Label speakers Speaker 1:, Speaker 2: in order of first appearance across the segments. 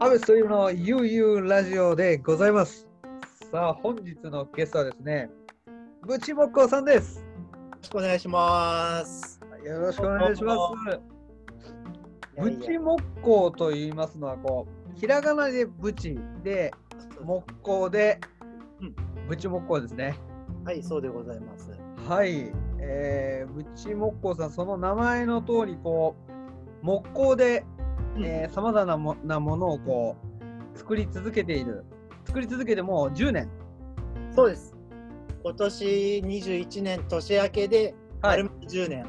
Speaker 1: アベストリームのゆうゆうラジオでございます。さあ、本日のゲストはですね、ぶちもっこさんです。
Speaker 2: よろしくお願いします。
Speaker 1: よろしくお願いします。ぶちもっこと言いますのは、こう、ひらがなでぶちで、木工で
Speaker 2: うん、
Speaker 1: ぶちもっこですね。
Speaker 2: はい、そうでございます。
Speaker 1: はい。えー、ぶちもっこさん、その名前の通り、こう、木工で、えー、さまざまなもなものをこう、作り続けている。作り続けてもう10年。
Speaker 2: そうです。今年21年年明けで丸々10年、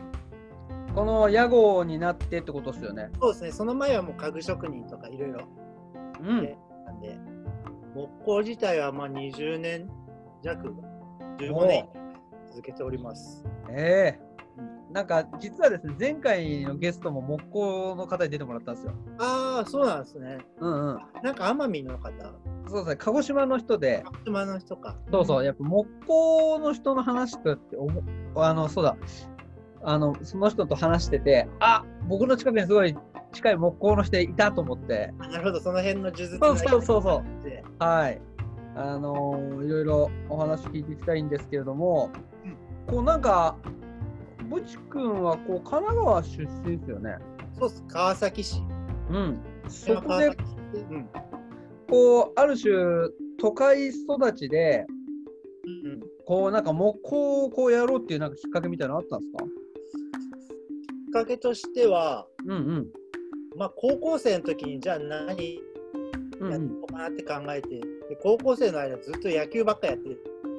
Speaker 1: この屋号になってってことですよね。
Speaker 2: そうですね。その前はもう家具職人とかいろいろ
Speaker 1: う
Speaker 2: ねなんで、木工自体はまあ20年弱、15年続けております。
Speaker 1: ええなんか実はですね、前回のゲストも木工の方に出てもらったんですよ。
Speaker 2: ああ、そうなんですね。
Speaker 1: うんうん。
Speaker 2: なんか奄美の
Speaker 1: そ
Speaker 2: 方、
Speaker 1: うですね、鹿児島の人で
Speaker 2: 鹿、児島の人か。
Speaker 1: そうそう、やっぱ木工の人の話とって思う、あの、そうだ、あの、その人と話してて、あ僕の近くにすごい近い木工の人いたと思って、
Speaker 2: あなるほど、その辺の数術。
Speaker 1: そうそうそうそう
Speaker 2: で
Speaker 1: はい。あのーいろいろお話聞いていきたいんですけれども、こうなんか、ぶちくんはこう神奈川出身ですよね。
Speaker 2: そうっす、川崎市。
Speaker 1: うん。そこで
Speaker 2: うん。
Speaker 1: こうある種都会育ちで
Speaker 2: うん
Speaker 1: こうなんか木工をこうやろうっていうなんかきっかけみたいなのあったんですか
Speaker 2: きっかけとしては、
Speaker 1: うんうん
Speaker 2: まあ、高校生の時にじゃあ何
Speaker 1: う
Speaker 2: やっ
Speaker 1: ん
Speaker 2: てこうかなって考えて、で高校生の間ずっと野球ばっかやって、
Speaker 1: う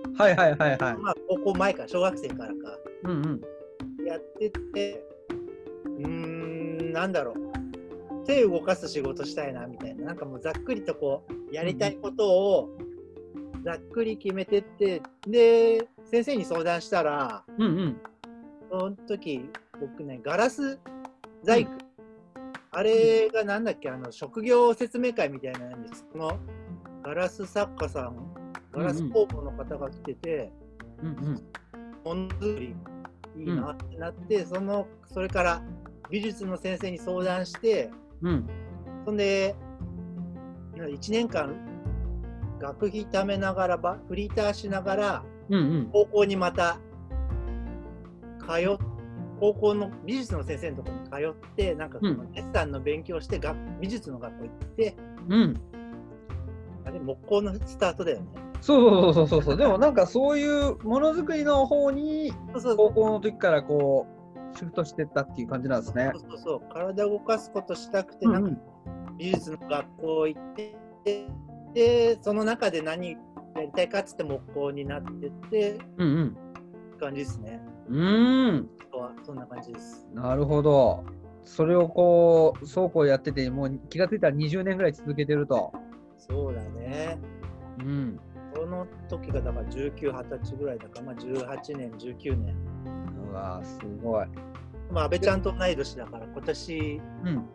Speaker 1: んはいはいはいはい
Speaker 2: まあ、高校前から小学生からか
Speaker 1: うんうん
Speaker 2: やっててうーんなんだろう手動かす仕事したいなみたいななんかもうざっくりとこうやりたいことをざっくり決めてってで先生に相談したら
Speaker 1: うんうん
Speaker 2: その時僕ねガラス細工、あれがなんだっけあの職業説明会みたいなのにそのガラス作家さんガラス工房の方が来てて、
Speaker 1: うんうん
Speaker 2: ものづくりいいなってなって、そのそれから美術の先生に相談して
Speaker 1: うん
Speaker 2: そんで1年間学費貯めながらばフリーターしながら
Speaker 1: うんうん
Speaker 2: 高校にまた通っ高校の美術の先生のところに通ってなんかそ
Speaker 1: うん
Speaker 2: のデッサンの勉強して学美術の学校行って
Speaker 1: うん
Speaker 2: あれ木工のスタートだよね。
Speaker 1: そうそうそうそうそうでもなんかそういうものづくりの方に
Speaker 2: そうそう
Speaker 1: 高校の時からこうシフトしてったっていう感じなんですね
Speaker 2: そうそうそう体を動かすことしたくて
Speaker 1: う
Speaker 2: なん
Speaker 1: んう
Speaker 2: か
Speaker 1: ん
Speaker 2: 美術の学校行ってでその中で何やりたいかっつって木工になってって
Speaker 1: うん
Speaker 2: 感じですね。
Speaker 1: うんうん
Speaker 2: あとはそんな感じです。
Speaker 1: なるほどそれをこうそうこうやっててもう気がついたら20年ぐらい続けてると
Speaker 2: そうだね。
Speaker 1: うん
Speaker 2: その時がだから19、20歳ぐらいだから、まあ、18年、19年。
Speaker 1: うわーすごい。
Speaker 2: まあ、安倍ちゃんと同い年だから、今年
Speaker 1: うん。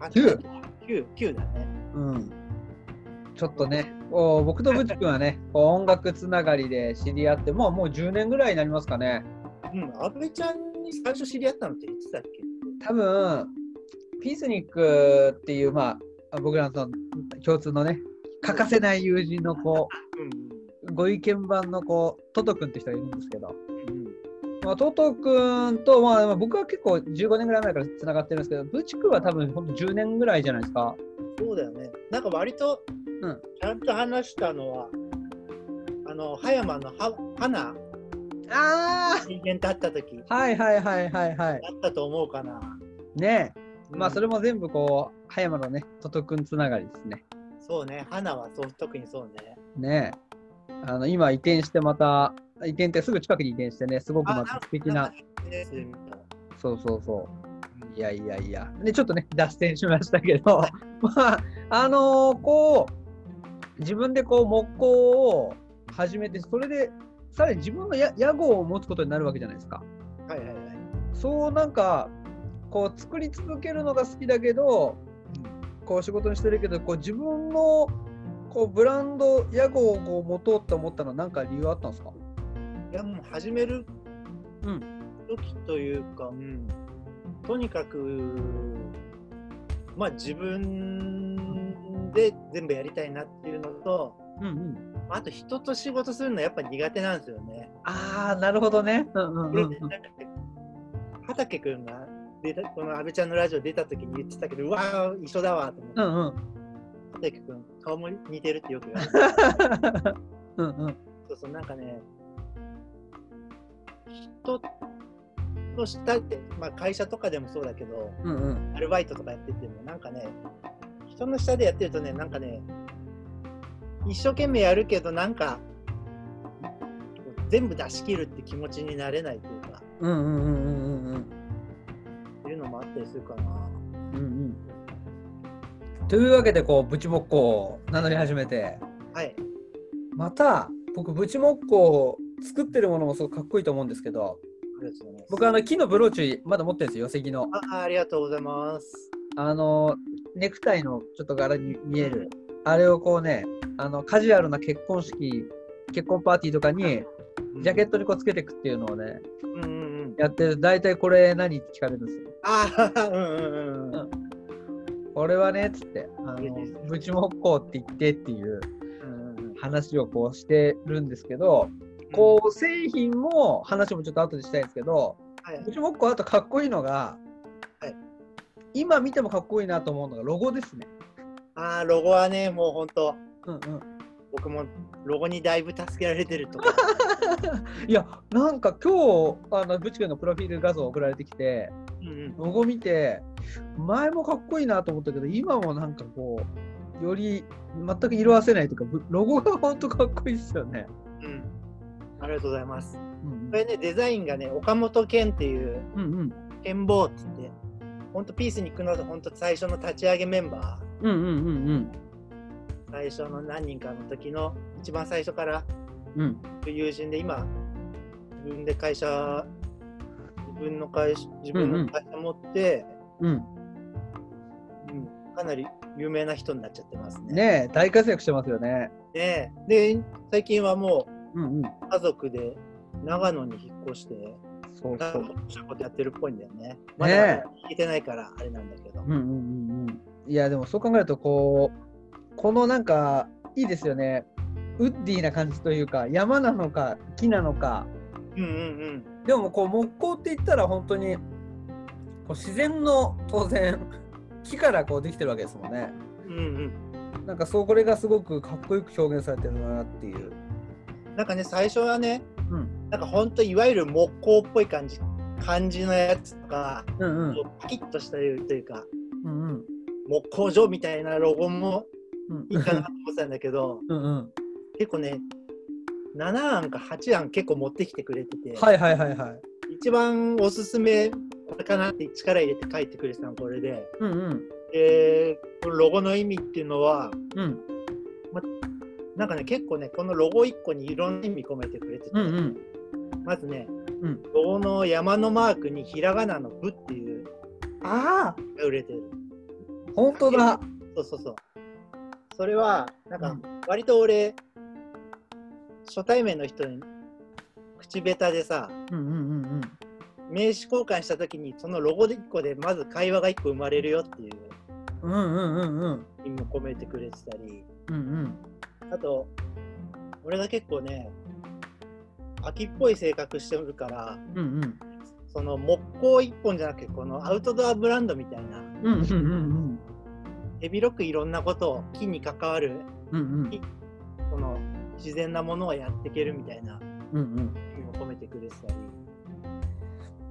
Speaker 2: 38
Speaker 1: 九
Speaker 2: 九九だね。
Speaker 1: うん。ちょっとね、こう僕とぶち君はね、こう音楽つながりで知り合って、もうもう10年ぐらいになりますかね。
Speaker 2: うん、安倍ちゃんに最初知り合ったのっていつだっけ
Speaker 1: 多分、ピースニックっていう、まあ、僕らのその共通のね、欠かせない友人のこ
Speaker 2: う
Speaker 1: う、ご意見番のこう、トト君って人がいるんですけど、
Speaker 2: ん。うん。
Speaker 1: まあ、トト君と、まあ、まあ僕は結構15年ぐらい前からつながってるんですけど、ぶち君は多分ほんと10年ぐらいじゃないですか。
Speaker 2: そうだよね。なんか割と、
Speaker 1: うん
Speaker 2: ちゃんと話したのは、あの、葉山のは花、
Speaker 1: あ
Speaker 2: 人間と会った時だ
Speaker 1: あはいはいはいはいはい。
Speaker 2: ったと思うかな。
Speaker 1: ねえ。まあ
Speaker 2: うん
Speaker 1: それも全部こう葉山のねトト君つながりですね。
Speaker 2: そうね、花はそう特にそうね。
Speaker 1: ねえあの今移転してまた移転ってすぐ近くに移転してねすごく
Speaker 2: あ
Speaker 1: また素敵な
Speaker 2: なんか SNS で見た
Speaker 1: そうそうそう。いやいやいや。で、ちょっとね、脱線しましたけ ど、まあ、あのーこう、自分でこう、木工を始めて、それで、さらに自分のや屋号を持つことになるわけじゃないですか。
Speaker 2: はいはいはい。
Speaker 1: そうなんか、こう、作り続けるのが好きだけど、こう、仕事にしてるけど、こう、自分の、こう、ブランド、屋号をこう持とうって思ったのは、なんか理由あったんですか
Speaker 2: いやもう始める
Speaker 1: うん
Speaker 2: 時というか、うんとにかくまあ自分で全部やりたいなっていうのと
Speaker 1: うんうん。
Speaker 2: あと人と仕事するのやっぱ苦手なんですよね。
Speaker 1: ああ、なるほどね。うんうん
Speaker 2: こ
Speaker 1: う
Speaker 2: れ
Speaker 1: んうん。
Speaker 2: 畑くんが出たこの阿部ちゃんのラジオ出た時に言ってたけどうわー一緒だわと思って、
Speaker 1: うんうん。
Speaker 2: 畑くん顔も似てるってよく言われて
Speaker 1: うんうん。
Speaker 2: そうそうなんかね人としたって、まあ、会社とかでもそうだけど
Speaker 1: うんうん。
Speaker 2: アルバイトとかやっててもなんかね人の下でやってるとねなんかね一生懸命やるけどなんか全部出し切るって気持ちになれないというか
Speaker 1: うんうんうんうんうん
Speaker 2: っていうのもあったりするかな。
Speaker 1: うんうん。というわけで、こう、ブチモッコを名乗り始めて、
Speaker 2: はい
Speaker 1: また、僕、ブチモッコを作ってるものもすごくかっこいいと思うんですけど、
Speaker 2: ありがとうございます
Speaker 1: 僕、あの、木のブローチ、まだ持ってるんですよ、寄席の。
Speaker 2: あありがとうございます。
Speaker 1: あの、ネクタイのちょっと柄に見える、あれをこうね、あの、カジュアルな結婚式、結婚パーティーとかに、ジャケットにこうつけていくっていうのをね、
Speaker 2: うんうんうん。
Speaker 1: やってる、大体これ何って聞かれるんですよ。
Speaker 2: ああ、うんうんうん。
Speaker 1: うんこれはね、つって、あの、ブチモッコって言ってっていう
Speaker 2: うんうんうん
Speaker 1: 話をこうしてるんですけど、こう、製品も話もちょっと後でしたいんですけど、
Speaker 2: はい
Speaker 1: ブチモッコあとかっこいいのが、
Speaker 2: はい
Speaker 1: 今見てもかっこいいなと思うのがロゴですね。
Speaker 2: ああ、ロゴはね、もう本当、
Speaker 1: うんうん。
Speaker 2: 僕もロゴにだいぶ助けられてるとか。
Speaker 1: いや、なんか今日、あの、ブチ君のプロフィール画像送られてきて、
Speaker 2: うんうん。
Speaker 1: ロゴ見て、前もかっこいいなと思ったけど、今もなんかこう、より全く色あせないというか、ぶロゴがほんとかっこいいですよね。
Speaker 2: うん。ありがとうございます。
Speaker 1: うん
Speaker 2: これね、デザインがね、岡本健っていう、
Speaker 1: うんうん。
Speaker 2: 健坊って言って、本当ピースに行くのと、本当最初の立ち上げメンバー、
Speaker 1: うんうんうん
Speaker 2: 最初の何人かの時の、一番最初から
Speaker 1: うん。うん。
Speaker 2: 友人で、今、自分で会社、自分の会社、自分の会社持って、
Speaker 1: うん。
Speaker 2: うんかなり有名な人になっちゃってますね。
Speaker 1: ねえ、大活躍してますよね。
Speaker 2: ねで、最近はも
Speaker 1: うんうん。
Speaker 2: う家族で長野に引っ越して、
Speaker 1: そう
Speaker 2: 長
Speaker 1: そ
Speaker 2: 野
Speaker 1: う。
Speaker 2: のことやってるっぽいんだよね。ま
Speaker 1: ね
Speaker 2: だ聞いてないからあれなんだけど。
Speaker 1: うんうんうんうん。いや、でもそう考えると、こう、このなんか、いいですよね。ウッディな感じというか、山なのか、木なのか。
Speaker 2: うんうん
Speaker 1: でも、こう、木工って言ったら、本当に、こう自然の、当然、木からこうできてるわけですもんね。
Speaker 2: うん。うん
Speaker 1: なんか、そう、これがすごくかっこよく表現されてるなっていう。
Speaker 2: うん。なんかね、最初はね、
Speaker 1: うん。
Speaker 2: なんかほんといわゆる木工っぽい感じ、感じのやつとか、
Speaker 1: うんうん。
Speaker 2: パキッとしたというか、
Speaker 1: うんうん。
Speaker 2: 木工場みたいなロゴも
Speaker 1: うん
Speaker 2: いいかなと思ってたんだけど、
Speaker 1: うんうん。
Speaker 2: 結構ね、7案か8案結構持ってきてくれてて。
Speaker 1: はいはいはいはい。
Speaker 2: 一番おすすめこれかなって力入れて書いてくれてたのこれで、
Speaker 1: うんうん。
Speaker 2: でこのロゴの意味っていうのは
Speaker 1: うん
Speaker 2: なんかね結構ねこのロゴ1個にいろんな意味込めてくれてて、
Speaker 1: うんうん。
Speaker 2: まずね、
Speaker 1: うん
Speaker 2: ロゴの山のマークにひらがなの「ぶ」っていう
Speaker 1: ああ、
Speaker 2: のが売れてる
Speaker 1: 本当だ。
Speaker 2: そうそうそうそれはなん
Speaker 1: う
Speaker 2: か
Speaker 1: ん
Speaker 2: 割と俺、初対面の人に口下手でさ
Speaker 1: うんうんうんうん。
Speaker 2: 名刺交換した時にそのロゴ1個でまず会話が1個生まれるよっていう
Speaker 1: うんうんうんうん。
Speaker 2: 意味も込めてくれてたり
Speaker 1: うんうん。
Speaker 2: あと、俺が結構ね、秋っぽい性格してるから、
Speaker 1: うんうん。
Speaker 2: その木工一本じゃなくて、このアウトドアブランドみたいな、
Speaker 1: うんうんうん
Speaker 2: 手広くいろんなことを、木に関わる、
Speaker 1: うん。うんうん。
Speaker 2: この自然なものをやっていけるみたいな
Speaker 1: うん
Speaker 2: 意味を込めてくれてたり、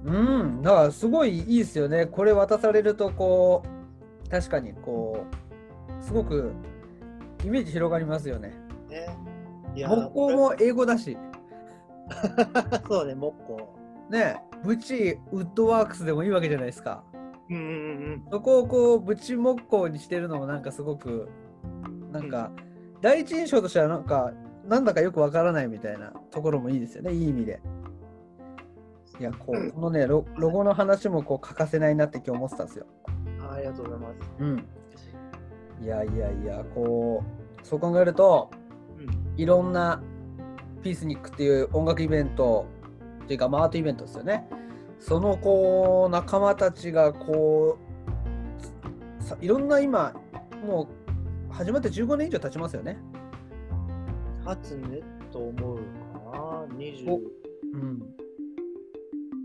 Speaker 1: うん。うん。だからすごいいいですよね。これ渡されるとこう、確かにこう、すごくイメージ広がりますよね。
Speaker 2: ね。い
Speaker 1: 木工も英語だし。
Speaker 2: そうね、木工。
Speaker 1: ねブチウッドワークスでもいいわけじゃないですか
Speaker 2: うんうんうん
Speaker 1: そこをこうブチ木工にしてるのもなんかすごくなんか、第一印象としてはなんかなんだかよくわからないみたいなところもいいですよねいい意味でいやこうこのねロロゴの話もこう欠かせないなって今日思ってたんですよ
Speaker 2: うんあ。ありがとうございます。
Speaker 1: うんいやいやいやこうそう考えると
Speaker 2: うん
Speaker 1: いろんなピースニックっていう音楽イベントというか、まあ、アートイベントですよねそのこう仲間たちがこうさいろんな今もう始まって15年以上経ちますよね、
Speaker 2: 初ねと思うかな。24、
Speaker 1: おうん、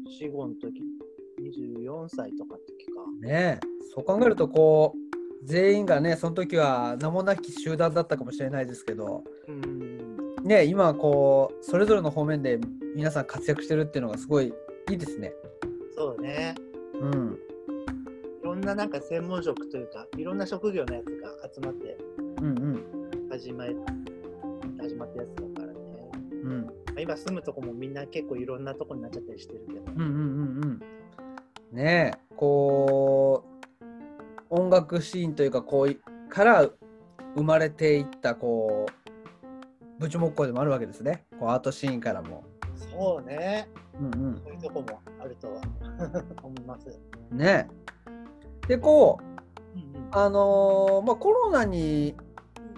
Speaker 2: 5の時、24歳とかの時か。
Speaker 1: ねえそう考えるとこう全員がねその時は名もなき集団だったかもしれないですけど
Speaker 2: うんうん
Speaker 1: ねえ今こうそれぞれの方面で皆さん活躍してるっていうのがすごいいいですね
Speaker 2: うん。そうね。
Speaker 1: うん
Speaker 2: いろんななんか専門職というか、いろんな職業のやつが集まって
Speaker 1: うん
Speaker 2: 始ま始まったやつだからね。
Speaker 1: うんうん
Speaker 2: まあ今住むとこもみんな結構いろんなとこになっちゃったりしてるけど。
Speaker 1: うんうんうんうん。ねえ、こう、音楽シーンというか、こうい、から生まれていった、こう、ブチ木工でもあるわけですね。こう、アートシーンからも。
Speaker 2: そうね。
Speaker 1: うん
Speaker 2: そういうとこもあるとは 思います。
Speaker 1: うん。ねえ。で、こう、
Speaker 2: うんうん
Speaker 1: あのーまあ、コロナに、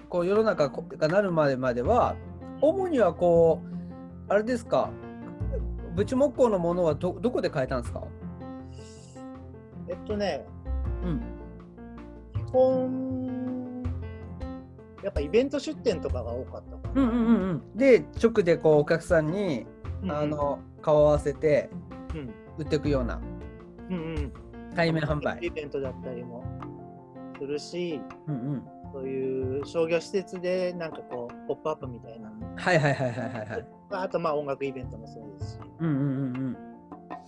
Speaker 1: こう、世の中こがなるまでまでは、主にはこう、あれですか、ブチ木工のものはど、どこで買えたんですか
Speaker 2: えっとね、
Speaker 1: うん。
Speaker 2: 基本、やっぱイベント出店とかが多かったかな。
Speaker 1: うんうんうんうん。で、直でこう、お客さんに、
Speaker 2: うんうん
Speaker 1: あ、の顔を合わせて
Speaker 2: うん
Speaker 1: 売っていくような
Speaker 2: うんうん、
Speaker 1: 対面販売。
Speaker 2: イベントだったりもするし、
Speaker 1: うんうん、
Speaker 2: そういう商業施設でなんかこう、ポップアップみたいなの
Speaker 1: はいはいはいはいはいはい。
Speaker 2: あとまあ音楽イベントもそうですし、
Speaker 1: うんうんうん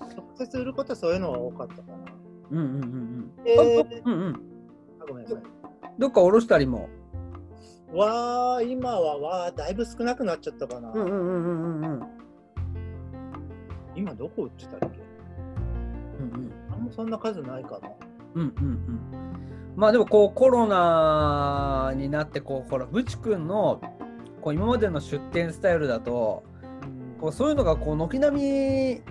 Speaker 2: 直接売ることはそういうのは多かったかな。
Speaker 1: うんうんうんうん
Speaker 2: えー
Speaker 1: うんうんうん。
Speaker 2: あごめんなさい。
Speaker 1: どっか下ろしたりも。
Speaker 2: わー、今はわー、だいぶ少なくなっちゃったかな。
Speaker 1: うんうんうんうんうんうん
Speaker 2: 今どこ売ってたっけ
Speaker 1: うん
Speaker 2: あんまそんな数ないかな。
Speaker 1: うんうんうん。まあでもこうコロナになってこうほらブチ君のこう今までの出店スタイルだとこうそういうのがこう軒並み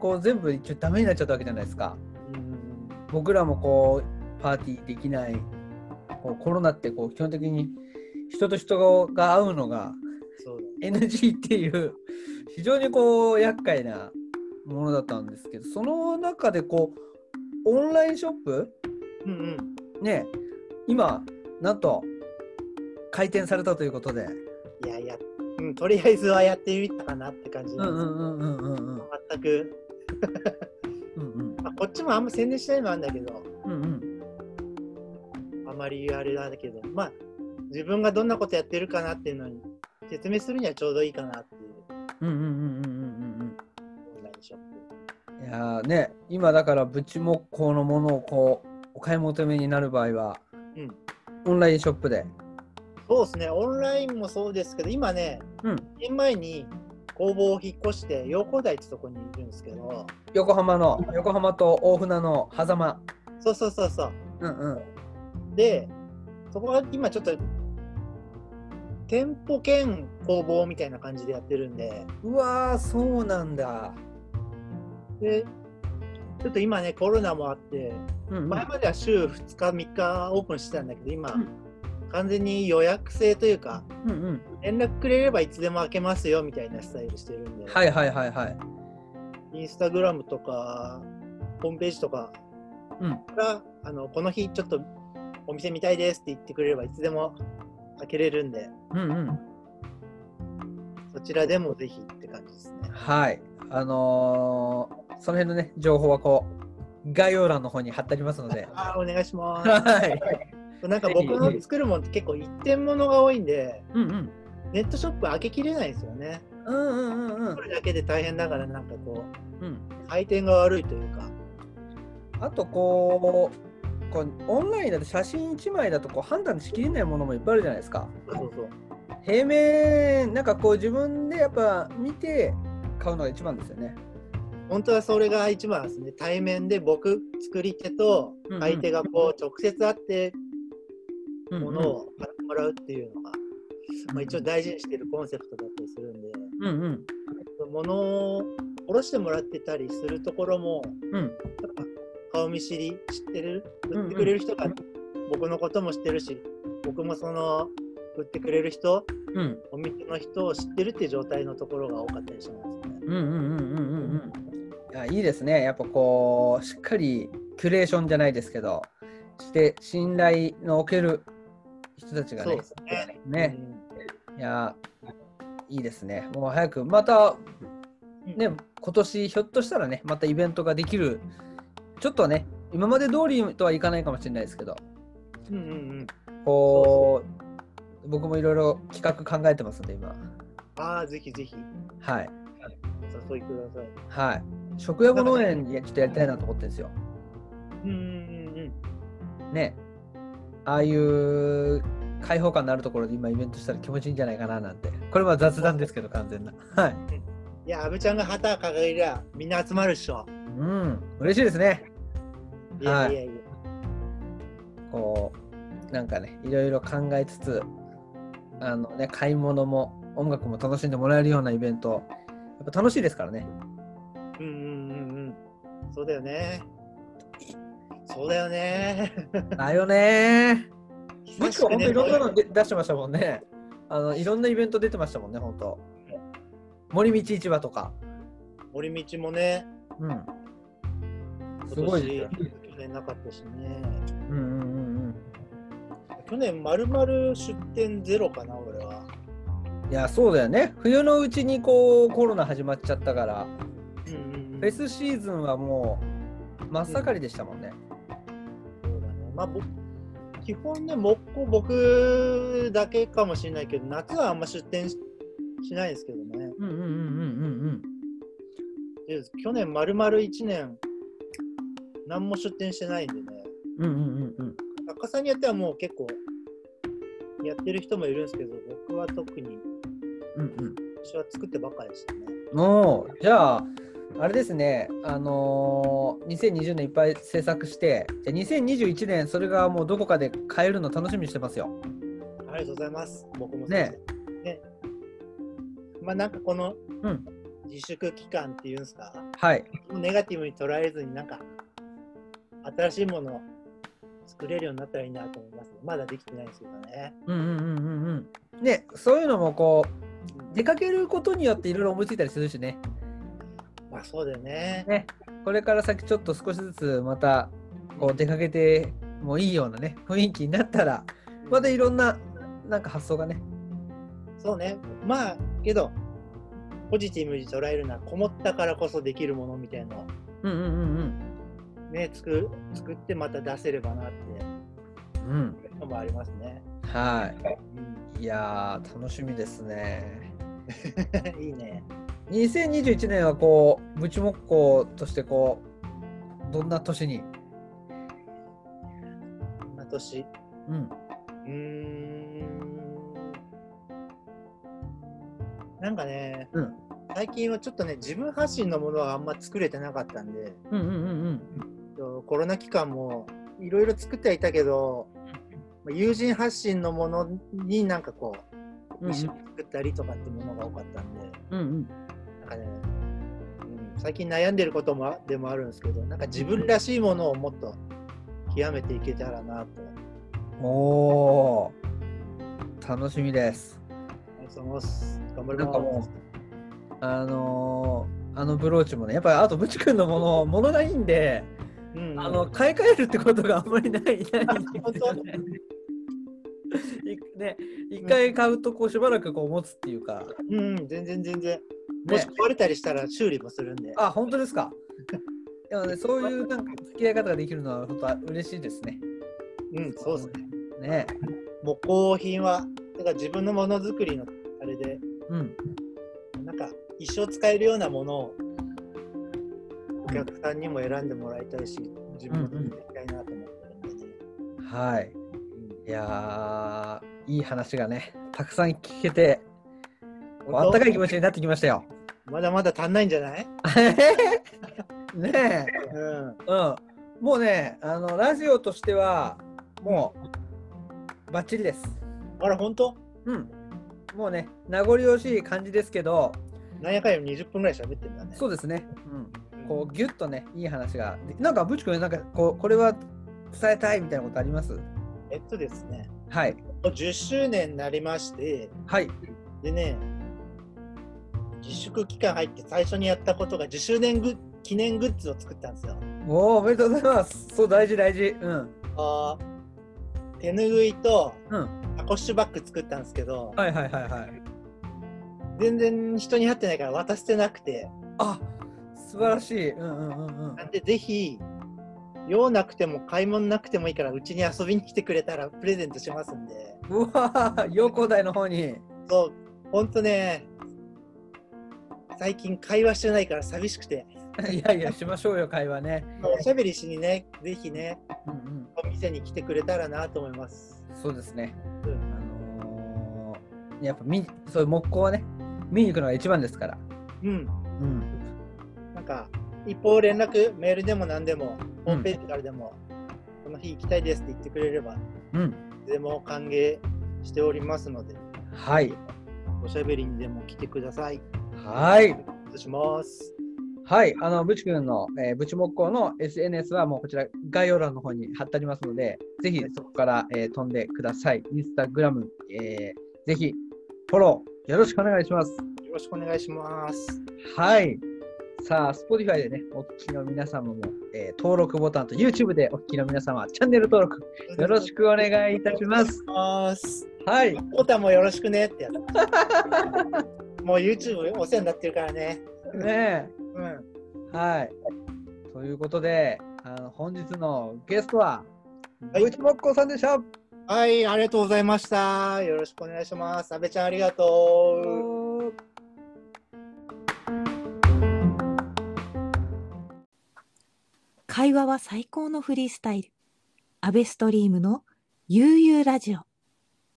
Speaker 1: こう全部一応ダメになっちゃったわけじゃないですか。
Speaker 2: うん
Speaker 1: 僕らもこうパーティーできないこうコロナってこう基本的に人と人が会うのが
Speaker 2: そうだね
Speaker 1: NG っていう非常にこう厄介なものだったんですけどその中でこうオンラインショップ
Speaker 2: うんうん、
Speaker 1: ね今なんと開店されたということで
Speaker 2: いやいや、うん、とりあえずはやってみたかなって感じ
Speaker 1: う
Speaker 2: なんん
Speaker 1: う
Speaker 2: ですけど、
Speaker 1: んうんうんうんうん
Speaker 2: 全く、
Speaker 1: うん
Speaker 2: まあ、こっちもあんま宣伝しないのはあるんだけど、
Speaker 1: うんうん
Speaker 2: あまりあれなんだけど、まあ、自分がどんなことやってるかなっていうのに説明するにはちょうどいいかなっていう
Speaker 1: うんうんうんうんうんうんうん
Speaker 2: オンラインショップ。
Speaker 1: いやーね今だからブチ木工のものをこうお買い求めになる場合は、
Speaker 2: うん
Speaker 1: オンラインショップで、
Speaker 2: そうですね、オンラインもそうですけど、今ね、
Speaker 1: うん、
Speaker 2: 2年前に工房を引っ越して、洋光台ってとこにいるんですけど、
Speaker 1: 横浜の横浜と大船の狭間
Speaker 2: そうそうそうそう。
Speaker 1: うんうん
Speaker 2: で、そこは今ちょっと、店舗兼工房みたいな感じでやってるんで、
Speaker 1: うわーそうなんだ
Speaker 2: で、ちょっと今ね、コロナもあって、
Speaker 1: うんうん
Speaker 2: 前までは週2日、3日オープンしてたんだけど、今、
Speaker 1: うん
Speaker 2: 完全に予約制というか、
Speaker 1: うんうん
Speaker 2: 連絡くれればいつでも開けますよみたいなスタイルしてるんで、
Speaker 1: はいはいはいはい
Speaker 2: インスタグラムとか、ホームページとか
Speaker 1: うん
Speaker 2: が、あのこの日ちょっとお店見たいですって言ってくれればいつでも開けれるんで、
Speaker 1: うんうん
Speaker 2: そちらでもぜひって感じですね。
Speaker 1: はいあのーその辺のね情報はこう概要欄の方に貼ってありますので
Speaker 2: あーお願いし ま
Speaker 1: はい
Speaker 2: す。なんか僕の作るもんって結構一点物が多いんで、
Speaker 1: うんうん
Speaker 2: ネットショップ開けきれないんですよね。
Speaker 1: うんうんうんうん
Speaker 2: これだけで大変だから、なんかこ
Speaker 1: うん
Speaker 2: う、回転が悪いというか。
Speaker 1: あとこうこうオンラインだと写真1枚だとこう判断しきれないものもいっぱいあるじゃないですか。
Speaker 2: そうそう。
Speaker 1: 平面なんかこう自分でやっぱ見て買うのが一番ですよね。
Speaker 2: 本当はそれが一番ですね対面で僕作り手と
Speaker 1: うんうん
Speaker 2: 相手がこう直接会って
Speaker 1: うん
Speaker 2: ものをもらうっていうのが、まあ、一応大事にしてるコンセプトだったりするんで
Speaker 1: うんうん
Speaker 2: ものを下ろしてもらってたりするところも
Speaker 1: うん
Speaker 2: やっぱ顔見知り知ってる売ってくれる人が
Speaker 1: うん
Speaker 2: 僕のことも知ってるし僕もその売ってくれる人
Speaker 1: うん
Speaker 2: お店の人を知ってるっていう状態のところが多かったりしますね。
Speaker 1: うんうんうんうんうんうんいやいいですねやっぱこうしっかりキュレーションじゃないですけどして信頼のおける人たちがね
Speaker 2: そうですね
Speaker 1: ねいやいいですねもう早くまたね今年ひょっとしたらねまたイベントができるちょっとね今まで通りとはいかないかもしれないですけど
Speaker 2: うんうんうんうん、
Speaker 1: こう僕もいろいろ企画考えてますので今
Speaker 2: ああぜひぜひ
Speaker 1: はい
Speaker 2: お誘いくださ
Speaker 1: は
Speaker 2: い。
Speaker 1: い食用後農園にちょっとやりたいなと思ってるんですよ
Speaker 2: うんうんうんうん
Speaker 1: ねああいう開放感のあるところで今イベントしたら気持ちいいんじゃないかななんてこれは雑談ですけど完全なはい
Speaker 2: いや、阿部ちゃんが旗掲げりゃみんな集まるっしょ。
Speaker 1: うん嬉しいですね
Speaker 2: いやいやいや。
Speaker 1: こうなんかねいろいろ考えつつあのね買い物も音楽も楽しんでもらえるようなイベントやっぱ楽しいですからね
Speaker 2: うんうんうんうん。そうだよね。そうだよね。
Speaker 1: だよ ねー
Speaker 2: 久
Speaker 1: ぶち
Speaker 2: し
Speaker 1: くん
Speaker 2: く
Speaker 1: 本当
Speaker 2: ね
Speaker 1: いろんなので出してましたもんねあのいろんなイベント出てましたもんね本当森道市場とか
Speaker 2: 森道もね、
Speaker 1: うんす
Speaker 2: 今
Speaker 1: ごい
Speaker 2: 年
Speaker 1: ですよ
Speaker 2: 去年なかったしね。
Speaker 1: うんうんうん
Speaker 2: 去年まるまる出店ゼロかな、俺は。
Speaker 1: うんいやそうだよね冬のうちにこうコロナ始まっちゃったから
Speaker 2: うんうんうん
Speaker 1: フェスシーズンはもう真っ盛りでしたもんね、
Speaker 2: そうだね。まあ、僕基本ね、木工僕だけかもしれないけど、夏はあんま出店ししないですけどね。
Speaker 1: うん、うんうんうんうんうん
Speaker 2: で去年まるまる1年、何も出店してないんでね。
Speaker 1: うんうんうん
Speaker 2: 作家さんによってはもう結構やってる人もいるんですけど、僕は特に
Speaker 1: うんうん
Speaker 2: 私は作ってばっかりでしたね。
Speaker 1: うんおーじゃああれですねあのー、2020年いっぱい制作してじゃあ2021年それがもうどこかで買えるの楽しみにしてますよ
Speaker 2: ありがとうございます。僕もそうで
Speaker 1: ね
Speaker 2: すね。まあなんかこの
Speaker 1: うん
Speaker 2: 自粛期間っていうんですか、
Speaker 1: はい
Speaker 2: ネガティブに捉えずになんか新しいものを作れるようになったらいいなと思います。まだできてないんですけどね。
Speaker 1: うんうんうんうんうんねそういうのもこう出かけることによっていろいろ思いついたりするしね
Speaker 2: まあそうだよね。
Speaker 1: ねこれから先ちょっと少しずつまたこう出かけてもいいようなね雰囲気になったらまたいろんななんか発想がね
Speaker 2: そうね。まあけど、ポジティブに捉えるのはこもったからこそできるものみたいなのを
Speaker 1: うんうんうん
Speaker 2: ね、作作ってまた出せればなって
Speaker 1: うんうん
Speaker 2: いうのもありますね。
Speaker 1: は
Speaker 2: う
Speaker 1: いいやー楽しみですね
Speaker 2: ん、 いいね。
Speaker 1: 2021年はこうブチモッコとしてこうどんな年に
Speaker 2: こんな年。
Speaker 1: うん
Speaker 2: うーんなんかね、
Speaker 1: うん
Speaker 2: 最近はちょっとね自分発信のものはあんま作れてなかったんで
Speaker 1: うんうんうん
Speaker 2: コロナ期間もいろいろ作ってはいたけどまあ友人発信のものになんかこ
Speaker 1: うん
Speaker 2: う一緒に作ったりとかってものが多かったんで、
Speaker 1: うんうん
Speaker 2: なんかね、うん、最近悩んでることもあでもあるんですけどなんか自分らしいものをもっと極めていけたらなと
Speaker 1: おー楽しみです
Speaker 2: 思います。頑張り
Speaker 1: なんか
Speaker 2: ま
Speaker 1: も
Speaker 2: す。
Speaker 1: うあのーあのブローチもねやっぱりあとブチ君のものものがいいんで
Speaker 2: うんうん
Speaker 1: あの 買い替えるってことがあんまり ないないんですよね。いね一回買うとこうしばらくこう持つっていうか、
Speaker 2: うん、全然全然。も
Speaker 1: ね
Speaker 2: し、壊れたりしたら修理もするんで。
Speaker 1: あ本当ですか。でもねそういうなんか付き合い方ができるのは本当は嬉しいですね。
Speaker 2: うん、そうですね。
Speaker 1: ね
Speaker 2: 木工品は、だから自分のものづくりのあれで、
Speaker 1: うん
Speaker 2: なんか一生使えるようなものをお客さんにも選んでもらいたいし、自分も作っていきたいなと思ってるんでね。
Speaker 1: はい。いやーいい話がねたくさん聞けてこうあったかい気持ちになってきましたよ。
Speaker 2: まだまだ足んないんじゃない
Speaker 1: ねえ。
Speaker 2: うん。
Speaker 1: うん、もうねあのラジオとしてはもうバッチリです。
Speaker 2: あら、本当
Speaker 1: うん、もうね名残惜しい感じですけど
Speaker 2: なんやかんや20分ぐらい喋ってんだね。
Speaker 1: そうですね、うん、こうギュッとねいい話がでなんかぶちくんなんかこうこれは伝えたいみたいなことあります
Speaker 2: えっとですね、
Speaker 1: はい
Speaker 2: 10周年になりまして、
Speaker 1: はい
Speaker 2: でね、自粛期間入って最初にやったことが10周年グ記念グッズを作ったんですよ。
Speaker 1: おーおめでとうございますそう大事大事うん
Speaker 2: あー手ぬぐいと
Speaker 1: うん
Speaker 2: サコッシュバッグ作ったんですけど、
Speaker 1: はいはいはいはい
Speaker 2: 全然人に会ってないから渡してなくて、
Speaker 1: あ素晴らしいうんうんうんうん
Speaker 2: なんでぜひ、用なくても買い物なくてもいいからうちに遊びに来てくれたらプレゼントしますんで、
Speaker 1: うわー陽光台の方に
Speaker 2: そう、ほんとね、最近会話してないから寂しくて、
Speaker 1: いやいやしましょうよ会話ね
Speaker 2: おしゃべりしにね、ぜひね、
Speaker 1: うんうん
Speaker 2: お店に来てくれたらなと思います。
Speaker 1: そうですね。
Speaker 2: うん
Speaker 1: あのーやっぱ見そういう木工はね、見に行くのが一番ですから。
Speaker 2: うん、
Speaker 1: うん。
Speaker 2: なんか、一方連絡、メールでも何でも、
Speaker 1: う
Speaker 2: ホーム
Speaker 1: ん
Speaker 2: ペ。ージからでも、この日行きたいですって言ってくれれば、い
Speaker 1: うん、
Speaker 2: つでも歓迎しておりますので、
Speaker 1: はい。
Speaker 2: おしゃべりにでも来てください。
Speaker 1: はい。
Speaker 2: お願いします。
Speaker 1: はい。あの、ぶちくんの、えー、ぶち木工の SNS はもうこちら概要欄の方に貼ってありますので、ぜひそこから、えー飛んでください。インスタグラム、えーぜひフォローよろしくお願いします。
Speaker 2: よろしくお願いします。
Speaker 1: はい。さあ、Spotify でね、お聞きの皆様も、えー登録ボタンと YouTube でお聞きの皆様、チャンネル登録よろしくお願いいたします。
Speaker 2: ます。
Speaker 1: はい。
Speaker 2: ボタンもよろしくねっ てやつ。もう YouTube お世話になってるからね。
Speaker 1: ね
Speaker 2: うん。
Speaker 1: え。はい。ということで、あの本日のゲストは、
Speaker 2: はい
Speaker 1: ブチモッコさんでした。
Speaker 2: はい、ありがとうございました。よろしくお願いします。阿部ちゃんありがとう。
Speaker 3: 会話は最高のフリースタイル。アベストリームの悠々ラジオ。